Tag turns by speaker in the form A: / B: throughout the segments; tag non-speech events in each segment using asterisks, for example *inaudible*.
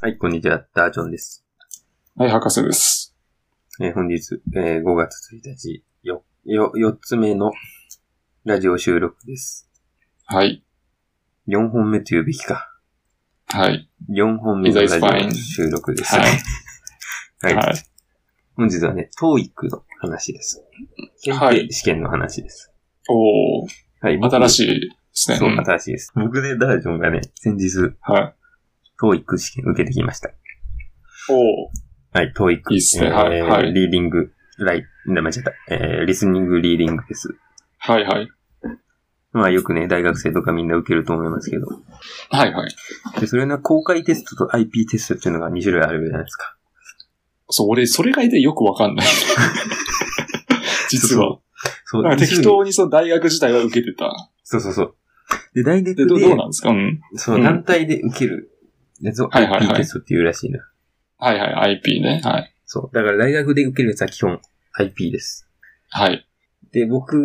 A: はい、こんにちは、ダージョンです。
B: はい、博士です。
A: えー本日、えー5月1日、よ、よ、4つ目のラジオ収録です。
B: はい。
A: 4本目というべきか。
B: はい。
A: 4本目のラジ
B: Is that
A: オ
B: fine?
A: 収録です。
B: はい。
A: はい。
B: はい。
A: 本日はね、トーイックの話です。
B: は
A: 検
B: い
A: 定試験の話です。
B: おー、
A: はい、
B: 新
A: い。
B: しいですね。
A: そう、
B: ん
A: 新しいです。僕でダージョンがね、先日、
B: はい。
A: トーイック試験受けてきました。
B: おー、
A: はい、トーイック。
B: いいっすねはい
A: えー
B: はい
A: リーディング、ライ、名前ちゃった。えーリスニングリーディングです。
B: はいはい。
A: まあよくね、大学生とかみんな受けると思いますけど。
B: はいはい。
A: で、それの公開テストと IP テストっていうのが2種類あるじゃないですか。
B: そう、俺、それがでよくわかんない。 *laughs* 実は。
A: そう、
B: なんか
A: 二種
B: 適
A: 類
B: 当にその大学自体は受けてた。
A: そうそうそう。で、大学
B: で、
A: で、
B: どうどうなんですかうん。
A: その
B: うん
A: 団体で受けるやつを
B: はいはいはい
A: IP テストっていうらしいな。
B: はいはい、IP ね。はい。
A: そう。だから大学で受けるやつは基本 IP です。
B: はい。
A: で、僕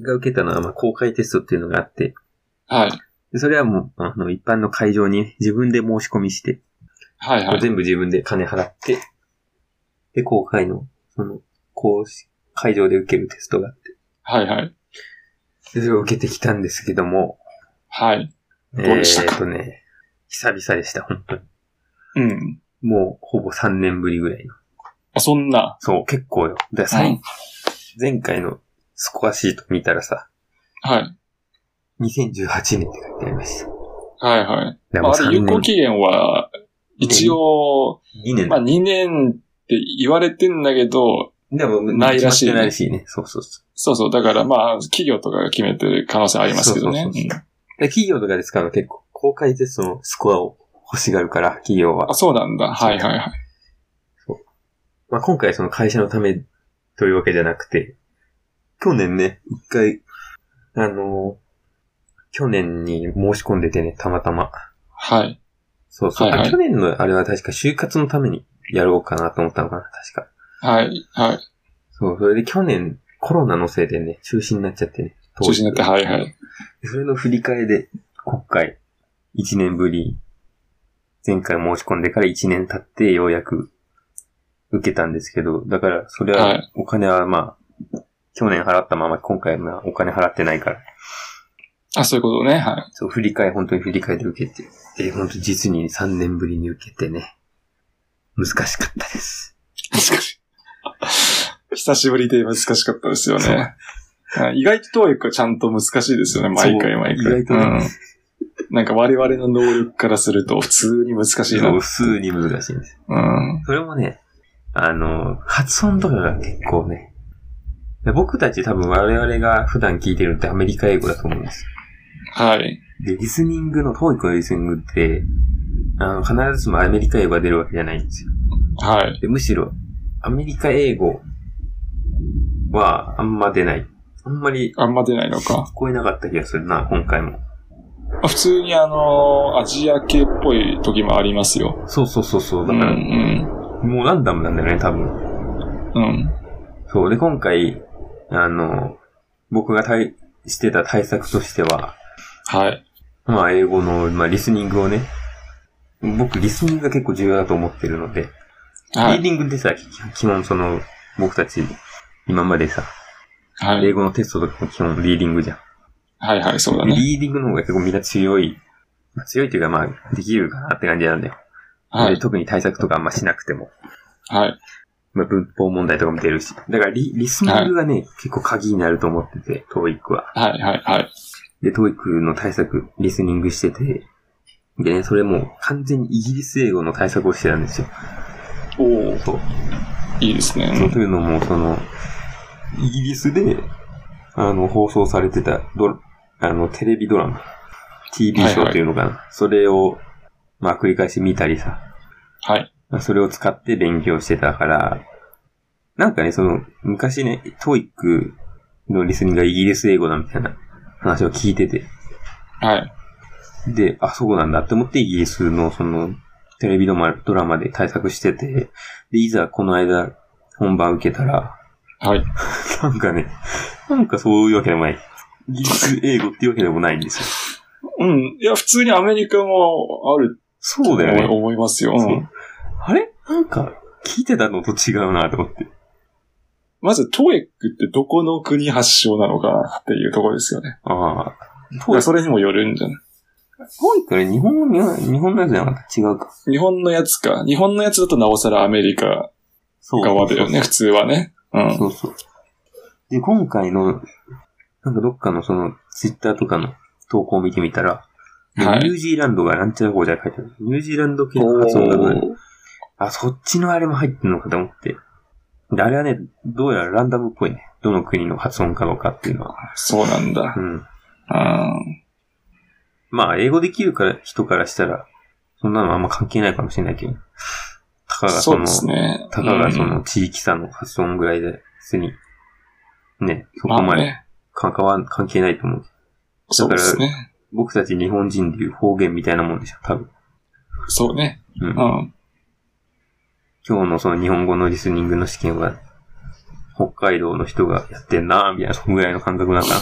A: が受けたのは、まあ、公開テストっていうのがあって、
B: はい。
A: でそれはもう、あの、一般の会場に自分で申し込みして、
B: はいはい。
A: 全部自分で金払って、で、公開の、その、こうし、会場で受けるテストがあって、
B: はいはい。
A: でそれを受けてきたんですけども、
B: はい。
A: ど
B: うでしたか
A: えー、とね、久々でした、本当に。
B: うん。
A: もう、ほぼ3年ぶりぐらいの。
B: あ、そんな。
A: そう、結構よ。で、
B: は
A: 最
B: い。
A: 前回のスコアシート見たらさ、
B: はい。
A: 2018年って書いてありました。
B: はいはい。
A: で
B: ま
A: も
B: あ、
A: う
B: あれ、有効期限は、一応、
A: 2年
B: まあ
A: だ。
B: 2年って言われてんだけど、
A: でも、
B: ないらし
A: 決
B: い
A: まってないらしいね。そうそうそう。
B: そうそう、だからまあ企業とかが決めてる可能性ありますけどね
A: そう。そうそうで企業とかで使うのは結構、公開テストのスコアを欲しがるから、企業
B: うんあ、
A: は。
B: そうなんだ。はいはいはい。
A: まあ、今回その会社のためというわけじゃなくて、去年ね、一回、あのー去年に申し込んでてね、たまたま。
B: はい。
A: そうそう。
B: はいはい
A: あ去年のあれは確か就活のためにやろうかなと思ったのかな、確か。
B: はい。はい。
A: そう、それで去年コロナのせいでね、中止になっちゃってね。。
B: 中止になって、はいはいい。
A: それの振り替えで、今回、1年ぶり、前回申し込んでから1年経ってようやく受けたんですけど、だから、それ
B: は、
A: はいお金はまあ、去年払ったまま今回はお金払ってないから、
B: あ、そういうことね。はい。
A: そう、振り替え、本当に振り替えで受けて、で、本当実に3年ぶりに受けてね、難しかったです。
B: 難しい。久しぶりで難しかったですよね。はい意外と教育はちゃんと難しいですよね。毎回毎
A: そう
B: 回。
A: 意外とね
B: うん。なんか我々の能力からすると普通に難しいな。
A: そう、普通に難しいんです。
B: うん。
A: それもね、あの、発音とかが結構ね、で僕たち多分我々が普段聞いてるのってアメリカ英語だと思うんです。
B: はい。
A: で、リスニングの、トーイックのリスニングって、あの、必ずしもアメリカ英語が出るわけじゃないんですよ。
B: はい。
A: で、むしろ、アメリカ英語はあんま出ない。あんまり
B: あんま出ないのか。
A: 聞こえなかった気がするな、今回も。
B: 普通にあの、アジア系っぽい時もありますよ。
A: そうそうそうそうう。
B: ん、う
A: だから、
B: ん、
A: もうランダムなんだよね、多分。
B: うん。
A: そう。で、今回、あの、僕が対、してた対策としては、
B: はい。
A: まあ、英語の、まあ、リスニングをね、僕、リスニングが結構重要だと思ってるので、
B: は
A: リー
B: い。
A: ディングってさ、基基本その、僕たち、今までさ、
B: は
A: 英
B: い。
A: 語のテストとかも基本リーディングじゃん。
B: はい、はい、そうだね。
A: リーディングの方が結構みんな強い、まあ強いというかまあ、できるかなって感じなんだよ。
B: は
A: で
B: い。
A: 特に対策とかあんましなくても、
B: はい。
A: まあ、文法問題とかも出るし。だからリ、リスニングがね、結構鍵になると思ってて、TOEIC は。
B: はい、はい、はい。
A: で、トイックの対策、リスニングしてて、でね、それもう完全にイギリス英語の対策をしてたんですよ。
B: おお
A: そう。
B: いいですね。
A: そうというのも、その、イギリスで、あの、放送されてたドラ、あの、テレビドラマ、TV ショーというのかな。それを、まあ、繰り返し見たりさ、
B: はい。
A: まあそれを使って勉強してたから、なんかね、その、昔ね、トイックのリスニングがイギリス英語だみたいな話を聞いてて、
B: はい。
A: で、あ、そうなんだって思ってイギリスのそのテレビドラマドラマで対策してて、で、いざこの間本番受けたら、
B: はい。
A: なんかね、なんかそういうわけでもない。イギリス英語っていうわけでもないんですよ。
B: うん。いや、普通にアメリカもある
A: そうだよね。
B: 思い思いますよ。うん
A: そうあれなんか、聞いてたのと違うなと思って。
B: まず、トーエックってどこの国発祥なのかなっていうところですよね。
A: ああ。
B: だからそれにもよるんじゃない
A: 遠いから日本の、日本のやつじゃなかった違うか。
B: 日本のやつか。日本のやつだとなおさらアメリカ
A: そう。
B: 側だよね、普通はね。うん。
A: そうそう。で、今回の、なんかどっかのその、ツイッターとかの投稿を見てみたら、
B: はい
A: ニュージーランドがなんちゃらこうじゃ書いてある。ニュージーランド系の発音だとね
B: お
A: あ、そっちのあれも入ってんのかと思って。であれはね、どうやらランダムっぽいね。どの国の発音かどうかっていうのは。
B: そうなんだ
A: う。ん。
B: うん。
A: まあ、英語できるから人からしたら、そんなのあんま関係ないかもしれないけど。たかが
B: そ
A: そうの、
B: ですね。
A: たかがそ
B: うん
A: の地域差の発音ぐらいで、別に、ね、そ
B: ま
A: こ
B: あ
A: まで
B: ね。
A: 関わん、関係ないと思う。
B: そうですね。
A: 僕たち日本人でいう方言みたいなもんでしょ、多分。
B: そうね。
A: うん。
B: うん。
A: 今日のその日本語のリスニングの試験は、北海道の人がやってんなみたいな、そんぐらいの感覚なんかな。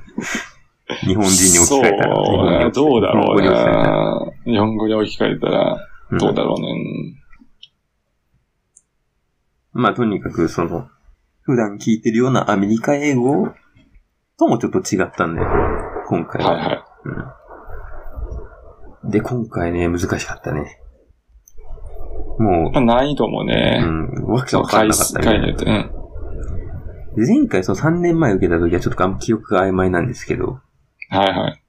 A: *laughs* 日本人に置き換えたら、日
B: そ
A: 本
B: う
A: に
B: ね
A: 置き換えたら
B: どうだろう
A: 日本語に置き換えたら
B: な。日本語に置き換えたら、
A: うん
B: どうだろうね。
A: まあ、とにかく、その、普段聞いてるようなアメリカ英語ともちょっと違ったんで、今回
B: はいはい。
A: うん。で、今回ね、難しかったね。も
B: まあ、難易度も
A: う、う
B: ね、
A: ん、わけ
B: そ
A: わ
B: の
A: かん
B: 回
A: なかっ
B: 数
A: たみた
B: 回
A: い
B: に
A: な
B: よって。うん。
A: で前回その3年前受けた時はちょっとあんま記憶が曖昧なんですけど、
B: はいはい。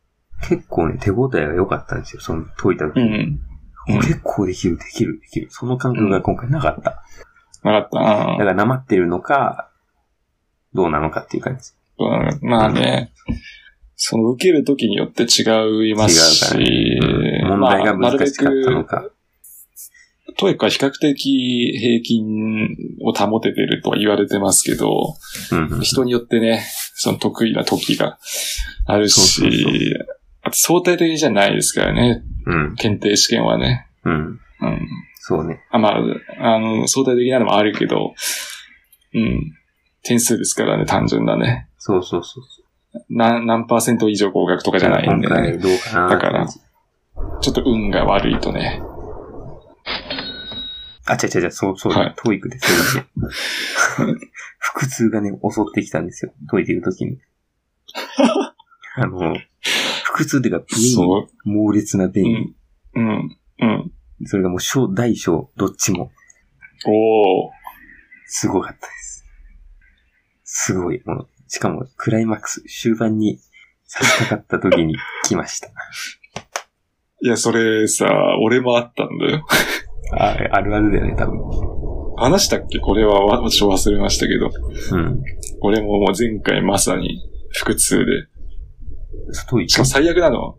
A: 結構ね、手応えが良かったんですよ、その解いた時。
B: うん。うん
A: 結構できる、できる、できる。その感覚が今回なかった。
B: わかった。
A: だ
B: うん
A: から、なまってるのか、どうなのかっていう感じです。
B: どうなのまあね、その受けるときによって違いますし、
A: 違うからね。うん問題が
B: まあなるべ
A: 難しかったの
B: く、
A: か。
B: トイックは比較的平均を保ててるとは言われてますけど、
A: うんうん。
B: 人によってね、その得意な時がある
A: そうそうそう
B: し、あと相対的じゃないですからね、
A: うん。
B: 検定試験はね。
A: うん。
B: うん。
A: そうね。
B: あまあ、あの、相対的なのもあるけど、うん。点数ですからね、単純なね。
A: そうそうそう。
B: 何、何パーセント以上合格とかじゃないん
A: 今
B: で
A: 回
B: ね。
A: どうかなって感じ。
B: ちょっと運が悪いとね。
A: あ、違う違う違う、そうそう、
B: はい
A: トイックです。そうです *laughs* 腹痛がね、襲ってきたんですよ。解いてる時
B: *laughs*
A: に。あの、腹痛っていうか、便
B: そう。
A: 意猛烈な
B: う
A: 便意。
B: ん。うん。うん。
A: それがもう小、大小、どっちも、
B: おー。
A: すごかったです。すごい。もうしかも、クライマックス、終盤に差し掛かった時に *laughs* 来ました。
B: いや、それさ、俺もあったんだよ。
A: ああるあるだよね、多分。
B: 話したっけこれはわ私忘れましたけど。
A: うん。
B: 俺ももう前回まさに腹痛で。
A: トイ
B: し
A: ッ
B: かも
A: ク、
B: 最悪なのは、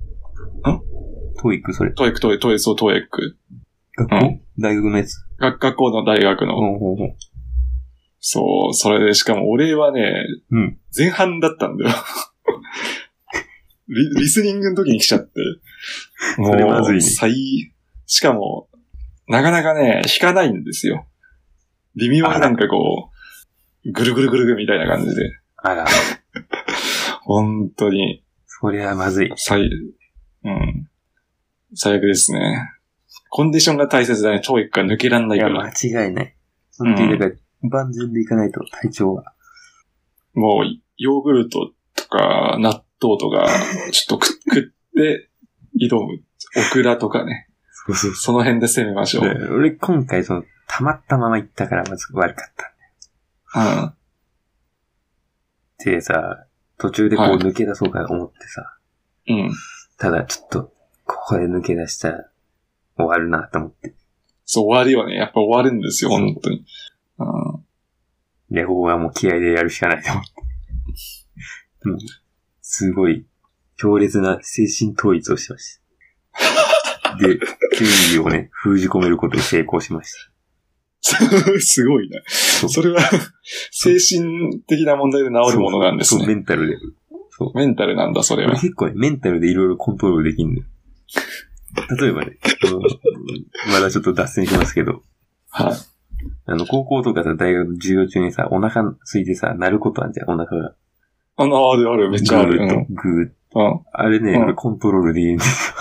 A: トイック、それ。
B: トイック、トイ、トイ、そう、トイック。
A: 学校、
B: うん
A: 大学のやつ。
B: 学学校の大学の。
A: ほうほうほう
B: そう、それで、しかも俺はね、
A: うん
B: 前半だったんだよ。 *laughs* リリスニングの時に来ちゃって。も
A: それまずいね
B: 最、しかも、なかなかね、弾かないんですよ。微妙になんかこう、ぐるぐるぐるぐるみたいな感じで。
A: あら、
B: 本当に、
A: そりゃまずい。
B: 最、うん。最悪ですね。コンディションが大切だね。超一回抜けらんないいか
A: や、
B: ら。
A: 間違いない。
B: ん
A: 本当に、だから、万全でいかないと、体調は。
B: もう、ヨーグルトとか、納豆と *laughs* か、ちょっと食食って、挑む。オクラとかね。
A: そうそう
B: その辺で攻めましょう。うん。
A: 俺、今回、その、溜まったまま行ったから、まず悪かった。
B: は
A: でさ、途中でこう
B: はい
A: 抜け出そうかと思ってさ、
B: い。うん。
A: ただちょっと、ここで抜け出したら終わるなと思って。
B: そう、終わりはね、やっぱ終わるんですよ、本当に。うん。
A: で、ここはもう気合でやるしかないと思
B: *laughs*
A: って。もうすごい、強烈な精神統一をしました。で、球技をね、封じ込めることに成功しました。
B: *laughs* すごいな。
A: う
B: それは、精神的な問題で治るものなんです
A: そうそう
B: ね。
A: メンタルで。
B: メンタルなんだ、それ
A: 俺
B: は。
A: 結構ね、メンタルでいろいろコントロールできんのよ。例えばね、あのまだちょっと脱線しますけど、
B: はい。
A: あの、高校とかさ、大学の授業中にさ、お腹空いてさ、鳴ることあるじゃん、お腹が。
B: あの、あるある、めっちゃある。
A: グ
B: う
A: ー
B: ん
A: ッと、グーッと。
B: うん。
A: あれね、
B: うん *laughs*
A: 俺コントロールできるんですよ。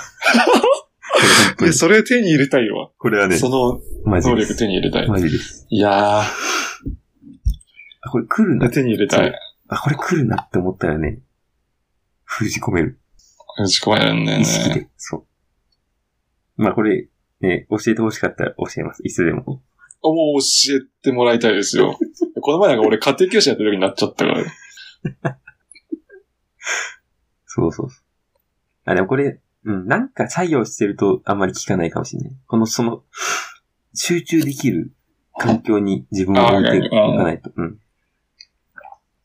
A: 本当
B: で、
A: に。
B: それ手に入れたいわ。
A: これはね、
B: その
A: マジ
B: 能
A: で
B: 力
A: す。
B: 手に入れたい。
A: マジです。
B: いや
A: あこれ来るんだ
B: ー、。手に入れたい。
A: あ、これ来るなって思ったらね、封じ込める。
B: 打ち込まれるんだよ
A: 意識
B: ね。
A: で。そう。まあこれ、ね、教えてほしかったら教えます。いつでも。
B: あもう教えてもらいたいです *laughs* よ。この前なんか俺家庭教師やってる時になっちゃったから。
A: そうそうそう。あ、でもこれ、うん、なんか作業してるとあんまり効かないかもしれない。この、その、集中できる環境に自分を置いておかないと。うん。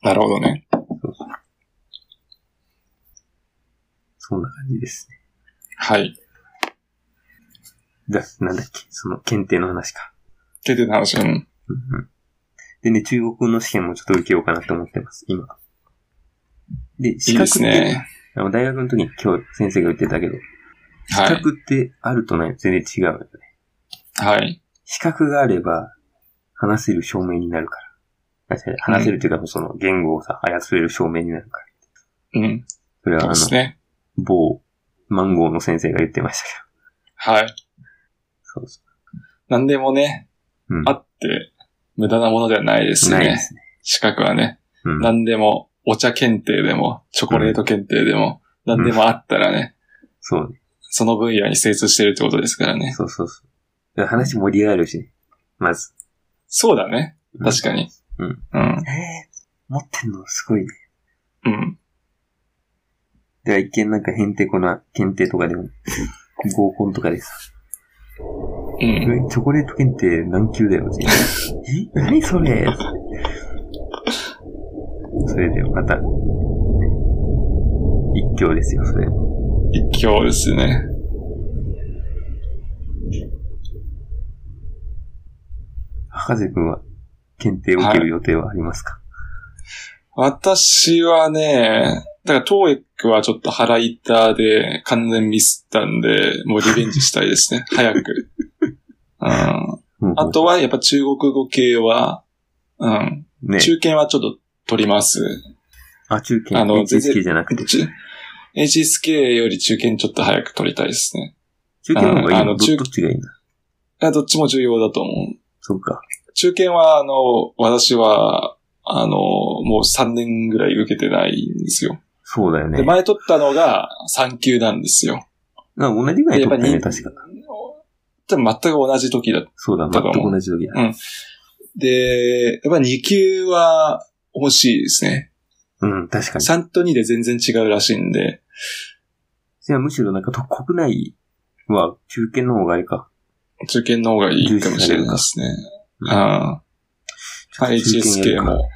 B: なるほどね。
A: そんな感じですね。
B: はい。
A: だ、なんだっけ、その検定の話か。
B: 出てた話。うん。
A: うんうん。でね、中国の試験もちょっと受けようかなと思ってます、今。で、
B: い
A: 資
B: い
A: 格
B: で
A: っ
B: す
A: て、
B: ね。
A: あの大学の時に今日先生が言ってたけど、資
B: はい。
A: 格ってあるとないの全然違うよね。
B: はい。
A: 資格があれば、話せる証明になるから。あ違う話せるというか、その言語をさ、操れる証明になるから。
B: うん。
A: それは
B: そ
A: あ
B: う
A: の
B: で、すね。
A: 某、マンゴーの先生が言ってましたけ
B: はい。
A: ど。そうそ
B: なんでもね、
A: う。うん。
B: あって、無駄なものではないです
A: ない
B: ね
A: で。すね。
B: 資格はね。
A: うん。
B: 何でも、お茶検定でも、チョコレート検定でも、
A: ん
B: 何でもあったらね、
A: そうね。
B: その分野に精通してるってことですからね。
A: そうそうそう。だから話盛り上がるし、ね、まず。
B: そうだね。
A: うん
B: 確かに。
A: うん。
B: うん。
A: えー、持ってんのすごいね。
B: うん。
A: では一見なんかへんてこな検定とかで
B: *laughs*
A: も、合コンとかでさ、
B: うん。
A: えチョコレート検定何級だよ、全員え何それそれでまた、ね一強ですよ、それ。
B: 一挙ですね。
A: 博士くんは、検定を受ける予定はありますか、
B: 私はね、だから、トーエックはちょっと腹痛で完全ミスったんで、もうリベンジしたいで
A: *laughs*
B: すね。早く。うん。
A: うん
B: あとは、やっぱ中国語系は、うん。
A: ね、
B: 中堅はちょっと取ります。
A: あ、中堅、
B: あの
A: HSK じゃなくて、
B: ち HSK より中堅ちょっと早く取りたいですね。
A: 中堅の方がいい
B: あ
A: の
B: の
A: ど
B: 中
A: どっちがいいの
B: あどっちも重要だと思う。
A: そうか。
B: 中堅は、あの、私は、あの、もう3年ぐらい受けてないんですよ。
A: そうだよね。な
B: で、
A: んか
B: 前取ったのが3級なんですよ。
A: 同じぐらい取ったよね、
B: でやっぱ
A: 確か。
B: でも全く同じ時だ。
A: そうだ、
B: だ
A: 全
B: から
A: く同じ時だ。
B: で、やっぱ2級は欲しいですね。
A: うん、確かに。
B: 3と2で全然違うらしいんで。
A: じゃあむしろなんかと国内は中堅の方がいいか。
B: 中堅の方がいいかもしれないですね。
A: う
B: うんん。まあ、HSK も。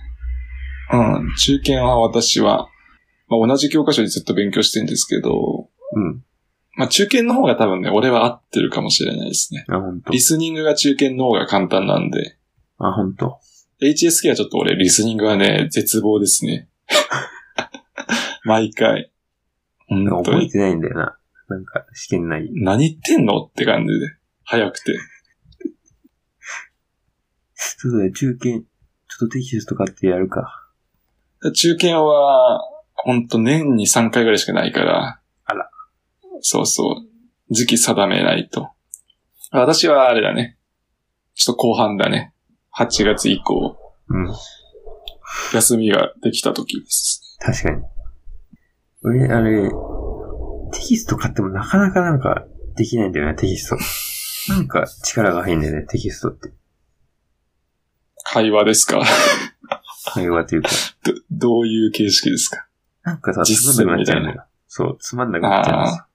B: うん。中堅は私は、まあ、同じ教科書でずっと勉強してるんですけど、
A: うん。
B: まあ、中堅の方が多分ね、俺は合ってるかもしれないですね。
A: あ、本当
B: リ。スニングが中堅の方が簡単なんで、
A: あ、本当。
B: HSK はちょっと俺、リスニングはね、絶望ですね。毎回。
A: なん
B: 本
A: か
B: 当
A: 覚え
B: に。
A: てないんだよな。なんか試験内。
B: 何言ってんのって感じで。早くて。
A: ちょっとね、中堅、ちょっとテキスト買ってやるか。
B: 中堅は、ほんと年に3回ぐらいしかないから。
A: あら。
B: そうそう。時期定めないと。私はあれだね。ちょっと後半だね。8月以降、
A: うん。
B: 休みができた時です。
A: 確かに。俺、あれ、テキスト買ってもなかなかなんかできないんだよね、テキスト。なんか力が入んだよね、テキストって。
B: 会話ですか
A: 会話というか。
B: どどういう形式ですか
A: なんかさ、つま
B: 実
A: んなく
B: 践
A: なっ
B: み
A: ち
B: た
A: ゃう
B: い
A: んだ
B: な
A: よ。そう、つまんなくなっちゃうんですよ。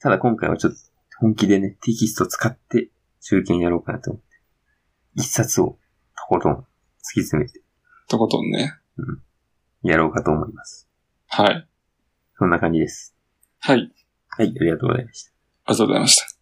A: ただ今回はちょっと本気でね、テキスト使って中堅やろうかなと思って。一冊をとことん突き詰めて
B: とことんね。
A: やろうかと思います。
B: はい。
A: そんな感じです。
B: はい。あり
A: はい、ありがとうございました。
B: がとうございました。